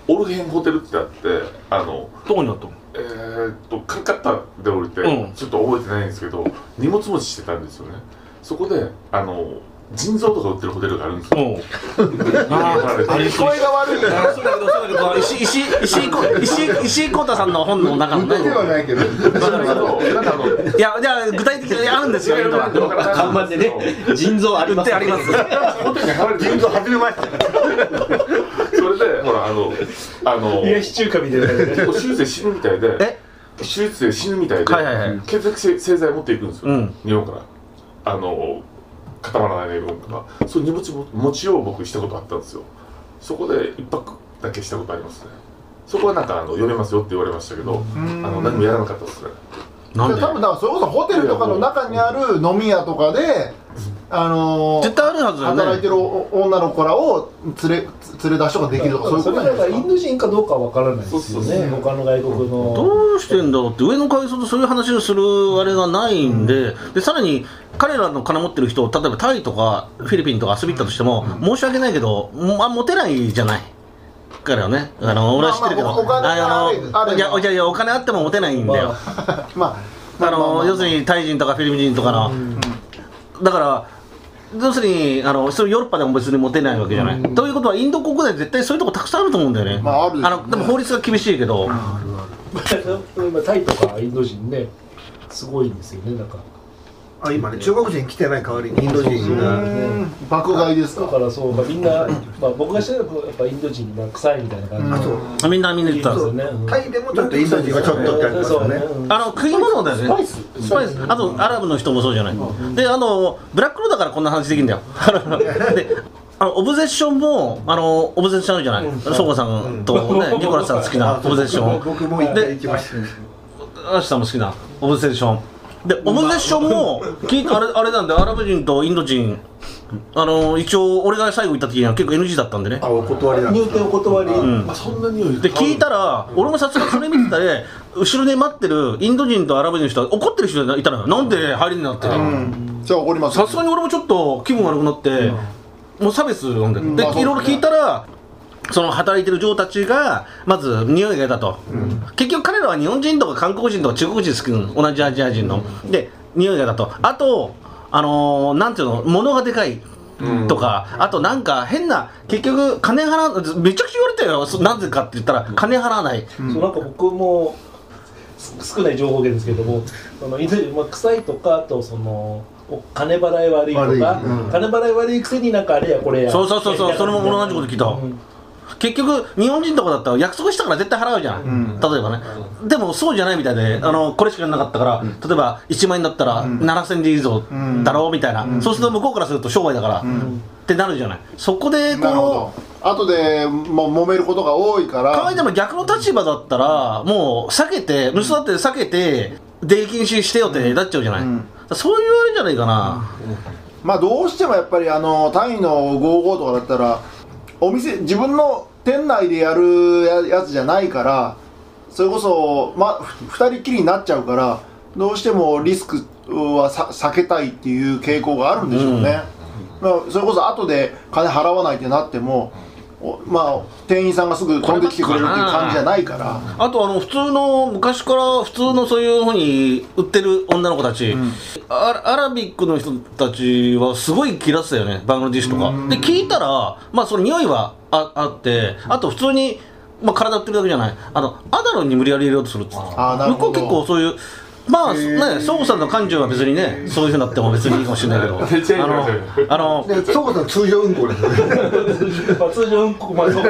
Speaker 1: オルヘンホテルってあってあの
Speaker 2: どこにあったの
Speaker 1: えー、っとカルカッタで降りて、
Speaker 2: うん
Speaker 1: ちょっと覚えてないんですけど荷物持ちしてたんですよねそこであの腎臓とか売ってるホテルがあるんですよ
Speaker 2: うん。ああ、あれ、声が悪い。そうだけど、そうだけど、石、石、石井こ、石井、石井幸太さんの本の中の
Speaker 5: 無駄では
Speaker 2: ね。
Speaker 5: ないけど
Speaker 1: まあだけどなんかあの
Speaker 2: いや、じゃ、あ具体的にあるんですよ、インドは。
Speaker 4: 看板でね
Speaker 7: [laughs]
Speaker 4: 腎臓あり
Speaker 2: 売
Speaker 4: ま
Speaker 2: っ
Speaker 4: す
Speaker 2: てあります。
Speaker 1: ホテルに貼られて腎臓外れましたそれでほらあのあの
Speaker 3: 冷やし中華みたいなね
Speaker 1: 結構手術で死ぬみたいで
Speaker 2: え
Speaker 1: 手術で死ぬみたいで、
Speaker 2: はいはいはい
Speaker 1: 血液製剤持っていくんですよ、
Speaker 2: うん
Speaker 1: 日本からあの固まらない部分とかそういう荷物持ちを僕したことあったんですよそこで一泊だけしたことありますねそこはなんかあの読めますよって言われましたけど、
Speaker 7: ん
Speaker 1: あの何もやらなかったですね
Speaker 2: なんで
Speaker 7: 多分だからそれこそホテルとかの中にある飲み屋とかであのー
Speaker 2: 絶対あるはずだ
Speaker 7: 働いて
Speaker 2: よね。
Speaker 7: るお女の子らを連れ連れ出しとかできるとかそうい
Speaker 3: そ
Speaker 7: うこと
Speaker 3: れ
Speaker 7: じゃ
Speaker 3: だ
Speaker 7: な
Speaker 3: か
Speaker 7: い
Speaker 3: ら
Speaker 7: で
Speaker 3: イ
Speaker 7: す
Speaker 3: ン
Speaker 7: か
Speaker 3: ド人かどうかわからないです
Speaker 1: そ
Speaker 3: よ
Speaker 1: うそう
Speaker 3: ね
Speaker 1: そう
Speaker 3: 他の外国の
Speaker 2: どうしてんだろうって、上の階層とそういう話をするあれがないんで、で、さらに。彼らの金持ってる人を、例えばタイとか、フィリピンとか遊び行ったとしても、申し訳ないけど、もあ、モテないじゃない。彼はね、あの、俺は知ってるけど。
Speaker 7: まあまあお金があれ
Speaker 2: あ
Speaker 7: あれば
Speaker 2: の、いや、いやいや、お金あってもモテないんだよ。
Speaker 7: ま
Speaker 2: あの要するにタイ人とかフィリピン人とかの、だから要するにあのそれヨーロッパでも別にモテないわけじゃない、ということはインド国内絶対そういうとこたくさんあると思うんだよね、
Speaker 7: まああるでしょうね
Speaker 2: のでも法律が厳しいけど、
Speaker 3: 今タイとかインド人ねすごいんですよねなんか
Speaker 5: あ今ね中国人来てない代わりにインド
Speaker 7: う
Speaker 5: 人が
Speaker 7: ーん爆買いです
Speaker 3: だ
Speaker 7: か
Speaker 3: からそう、まあ、みんな、まあ、僕が知らないやっぱインド人が臭いみたいな感じ
Speaker 5: あ
Speaker 3: で
Speaker 5: と
Speaker 2: みんなみんな言ってたんですよ
Speaker 3: ね
Speaker 5: タイでもちょっとインド人がちょっとってありますよね
Speaker 2: あの食い物だよね
Speaker 3: スパイス
Speaker 2: スパイスあとアラブの人もそうじゃない、であのブラックローだからこんな話できる [laughs] んだよであのオブゼッションもあのオブゼッションあるじゃない省吾、さんとね、ニコラスさん好きなオブゼッション
Speaker 5: 僕も一回行きましたね
Speaker 2: アシさんも好きなオブゼッションでオムゼッションも聞いたあれあれなんでアラブ人とインド人あの一応俺が最後行った時には結構 NG だったんでね
Speaker 5: あお断りなんで
Speaker 3: 入
Speaker 5: すね
Speaker 3: 店お断り、
Speaker 2: うん
Speaker 1: あそんな匂い
Speaker 2: で聞いたら俺もさすがにそれ見てたで後ろで待ってるインド人とアラブ人の人が怒ってる人がいたのよなんで入れんなって
Speaker 7: うんじゃあ怒りますよ
Speaker 2: さすがに俺もちょっと気分悪くなって、もう差別なんだよ、
Speaker 7: うん
Speaker 2: で
Speaker 7: まあそう
Speaker 2: いろいろ聞いたらその働いてる嬢たちがまず匂いが嫌だと、結局彼らは日本人とか韓国人とか中国人好きなの同じアジア人の、で匂いが嫌だとあとあのーなんていうの物がでかいとか、あとなんか変な結局金払わめちゃくちゃ言われたよそなぜかって言ったら金払わない、
Speaker 3: そうなんか僕もす少ない情報源ですけどもそのいずれまあ臭いとかあとそのお金払い悪いとか
Speaker 7: 悪いうん
Speaker 3: 金払い悪いくせになんかあれやこれや
Speaker 2: そうそうそうそうそれも同じこと聞いた
Speaker 3: うん
Speaker 2: 結局日本人とかだったら約束したから絶対払うじゃん、
Speaker 7: うん
Speaker 2: 例えばね、でもそうじゃないみたいで、あのこれしかなかったから、例えば1万円だったら7000でいいぞ
Speaker 7: うん
Speaker 2: だろうみたいな、
Speaker 7: うん
Speaker 2: そうすると向こうからすると商売だから、
Speaker 7: ん
Speaker 2: ってなるじゃないそこで
Speaker 7: なる
Speaker 2: こ
Speaker 7: ほど後でも揉めることが多いか
Speaker 2: う
Speaker 7: ら
Speaker 2: 考えても逆の立場だったらもう避けて息子だって避けて出禁止してよってなっちゃうじゃない、
Speaker 7: うん
Speaker 2: そういうあれじゃないかな、
Speaker 7: まあどうしてもやっぱりあのタイの55とかだったらお店自分の店内でやるややつじゃないからそれこそ、まあ、ふ二人っきりになっちゃうからどうしてもリスクはさ避けたいっていう傾向があるんでしょうね、まあ、それこそ後で金払わないってなってもおまあ店員さんがすぐ飛んできてくれるっていう感じじゃないから。
Speaker 2: あとあの普通の昔から普通のそういうふうに売ってる女の子たち、アアラビックの人たちはすごい嫌ってたよねバングラディッシュとかで聞いたらまあその匂いはああってあと普通に、まあ、体売ってるだけじゃないあのアダロンに無理やり入れようとするっつって
Speaker 7: あーなる
Speaker 2: 向こ
Speaker 7: ほ
Speaker 2: う
Speaker 7: ど
Speaker 2: 結構そういうまあね孫さんの感情は別にねそういうふうになっても別にいいかもしれないけ
Speaker 7: [laughs]
Speaker 2: ど
Speaker 1: めっちゃいい
Speaker 2: あの
Speaker 1: 話だよ
Speaker 2: あの
Speaker 5: でそうこさん通常運行ですよね
Speaker 3: [laughs] まあ通常うんこまあそう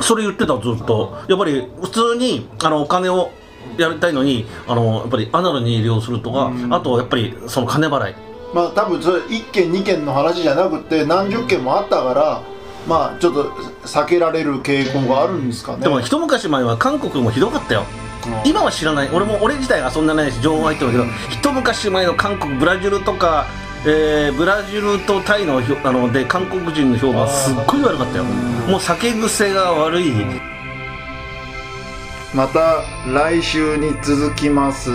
Speaker 2: それ言ってたずっとやっぱり普通にあのお金をやりたいのにあのやっぱりアナルに利用するとかあとやっぱりその金払い
Speaker 7: まあ多分それ1件2件の話じゃなくて何十件もあったからまあちょっと避けられる傾向があるんですかね
Speaker 2: でも一昔前は韓国もひどかったよ今は知らない俺も俺自体がそんなないし情報入ってるけど一昔前の韓国ブラジルとか、えーブラジルとタイのひょあので韓国人の評判すっごい悪かったよもう酒癖が悪い
Speaker 7: また来週に続きます